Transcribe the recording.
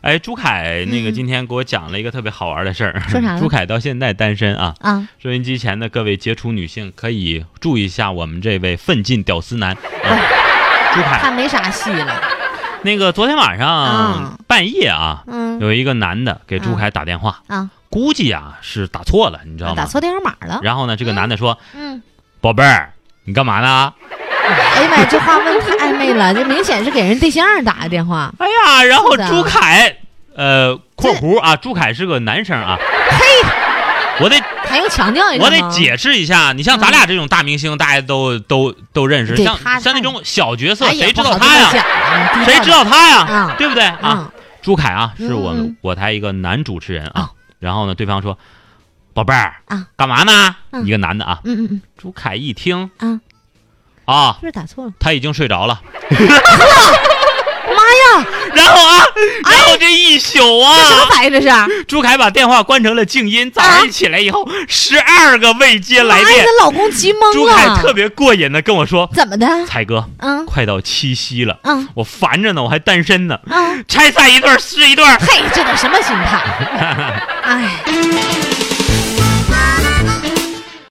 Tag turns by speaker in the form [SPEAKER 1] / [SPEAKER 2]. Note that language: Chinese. [SPEAKER 1] 哎，朱凯那个
[SPEAKER 2] 嗯
[SPEAKER 1] 今天给我讲了一个特别好玩的事儿，
[SPEAKER 2] 说啥 了
[SPEAKER 1] 朱凯到现在单身啊。
[SPEAKER 2] 啊，
[SPEAKER 1] 收音机前的各位杰出女性，可以注意一下我们这位奋进屌丝男，啊、朱凯。
[SPEAKER 2] 哎他没啥戏了。
[SPEAKER 1] 那个昨天晚上
[SPEAKER 2] 啊
[SPEAKER 1] 半夜啊，
[SPEAKER 2] 嗯
[SPEAKER 1] 有一个男的给朱凯打电话，
[SPEAKER 2] 啊，
[SPEAKER 1] 估计啊是打错了，你知道
[SPEAKER 2] 打
[SPEAKER 1] 吗？
[SPEAKER 2] 错电话码了。
[SPEAKER 1] 然后呢，这个男的说
[SPEAKER 2] 嗯，：“
[SPEAKER 1] 宝贝儿，你干嘛呢？”
[SPEAKER 2] 哎呀妈呀，这话问太暧昧了，这明显是给人对象打的电话。
[SPEAKER 1] 哎呀，然后
[SPEAKER 2] 是的
[SPEAKER 1] 朱凯，呃，括弧啊，朱凯是个男生啊。嘿，我得
[SPEAKER 2] 还用强调一下
[SPEAKER 1] 我
[SPEAKER 2] 吗？
[SPEAKER 1] 得解释一下，你像咱俩这种大明星，大家都都都认识，
[SPEAKER 2] 对
[SPEAKER 1] 像
[SPEAKER 2] 他
[SPEAKER 1] 像那种小角色，
[SPEAKER 2] 哎呀
[SPEAKER 1] 谁知
[SPEAKER 2] 不
[SPEAKER 1] 道
[SPEAKER 2] 好
[SPEAKER 1] 他
[SPEAKER 2] 这么
[SPEAKER 1] 呀？
[SPEAKER 2] 讲啊低
[SPEAKER 1] 谁
[SPEAKER 2] 调
[SPEAKER 1] 知道他呀
[SPEAKER 2] 啊？
[SPEAKER 1] 对不对
[SPEAKER 2] 点
[SPEAKER 1] 啊？
[SPEAKER 2] 啊？
[SPEAKER 1] 朱凯啊，是我
[SPEAKER 2] 嗯
[SPEAKER 1] 们
[SPEAKER 2] 嗯哦
[SPEAKER 1] 我台一个男主持人啊。然后呢，对方说：“宝贝儿
[SPEAKER 2] 啊，
[SPEAKER 1] 干嘛呢？”
[SPEAKER 2] 嗯
[SPEAKER 1] 一个男的啊，
[SPEAKER 2] 嗯嗯嗯，
[SPEAKER 1] 朱凯一听
[SPEAKER 2] 嗯
[SPEAKER 1] 啊
[SPEAKER 2] 是，不是打错了？
[SPEAKER 1] 他已经睡着 了。
[SPEAKER 2] 妈呀，
[SPEAKER 1] 然后啊，然后这一宿啊，
[SPEAKER 2] 哎这什么啊反应这是？
[SPEAKER 1] 朱凯把电话关成了静音，早上一起来以后，十二个未接来
[SPEAKER 2] 妈呀
[SPEAKER 1] 电。
[SPEAKER 2] 她老公急
[SPEAKER 1] 朱
[SPEAKER 2] 懵
[SPEAKER 1] 凯特
[SPEAKER 2] 了。
[SPEAKER 1] 别过瘾的跟我说
[SPEAKER 2] 怎么的？：“
[SPEAKER 1] 彩哥，
[SPEAKER 2] 嗯
[SPEAKER 1] 快到七夕了，
[SPEAKER 2] 嗯
[SPEAKER 1] 我烦着呢，我还单身呢，
[SPEAKER 2] 嗯，
[SPEAKER 1] 拆散一对儿是一对儿。
[SPEAKER 2] 嘿，这都什么心态？哎，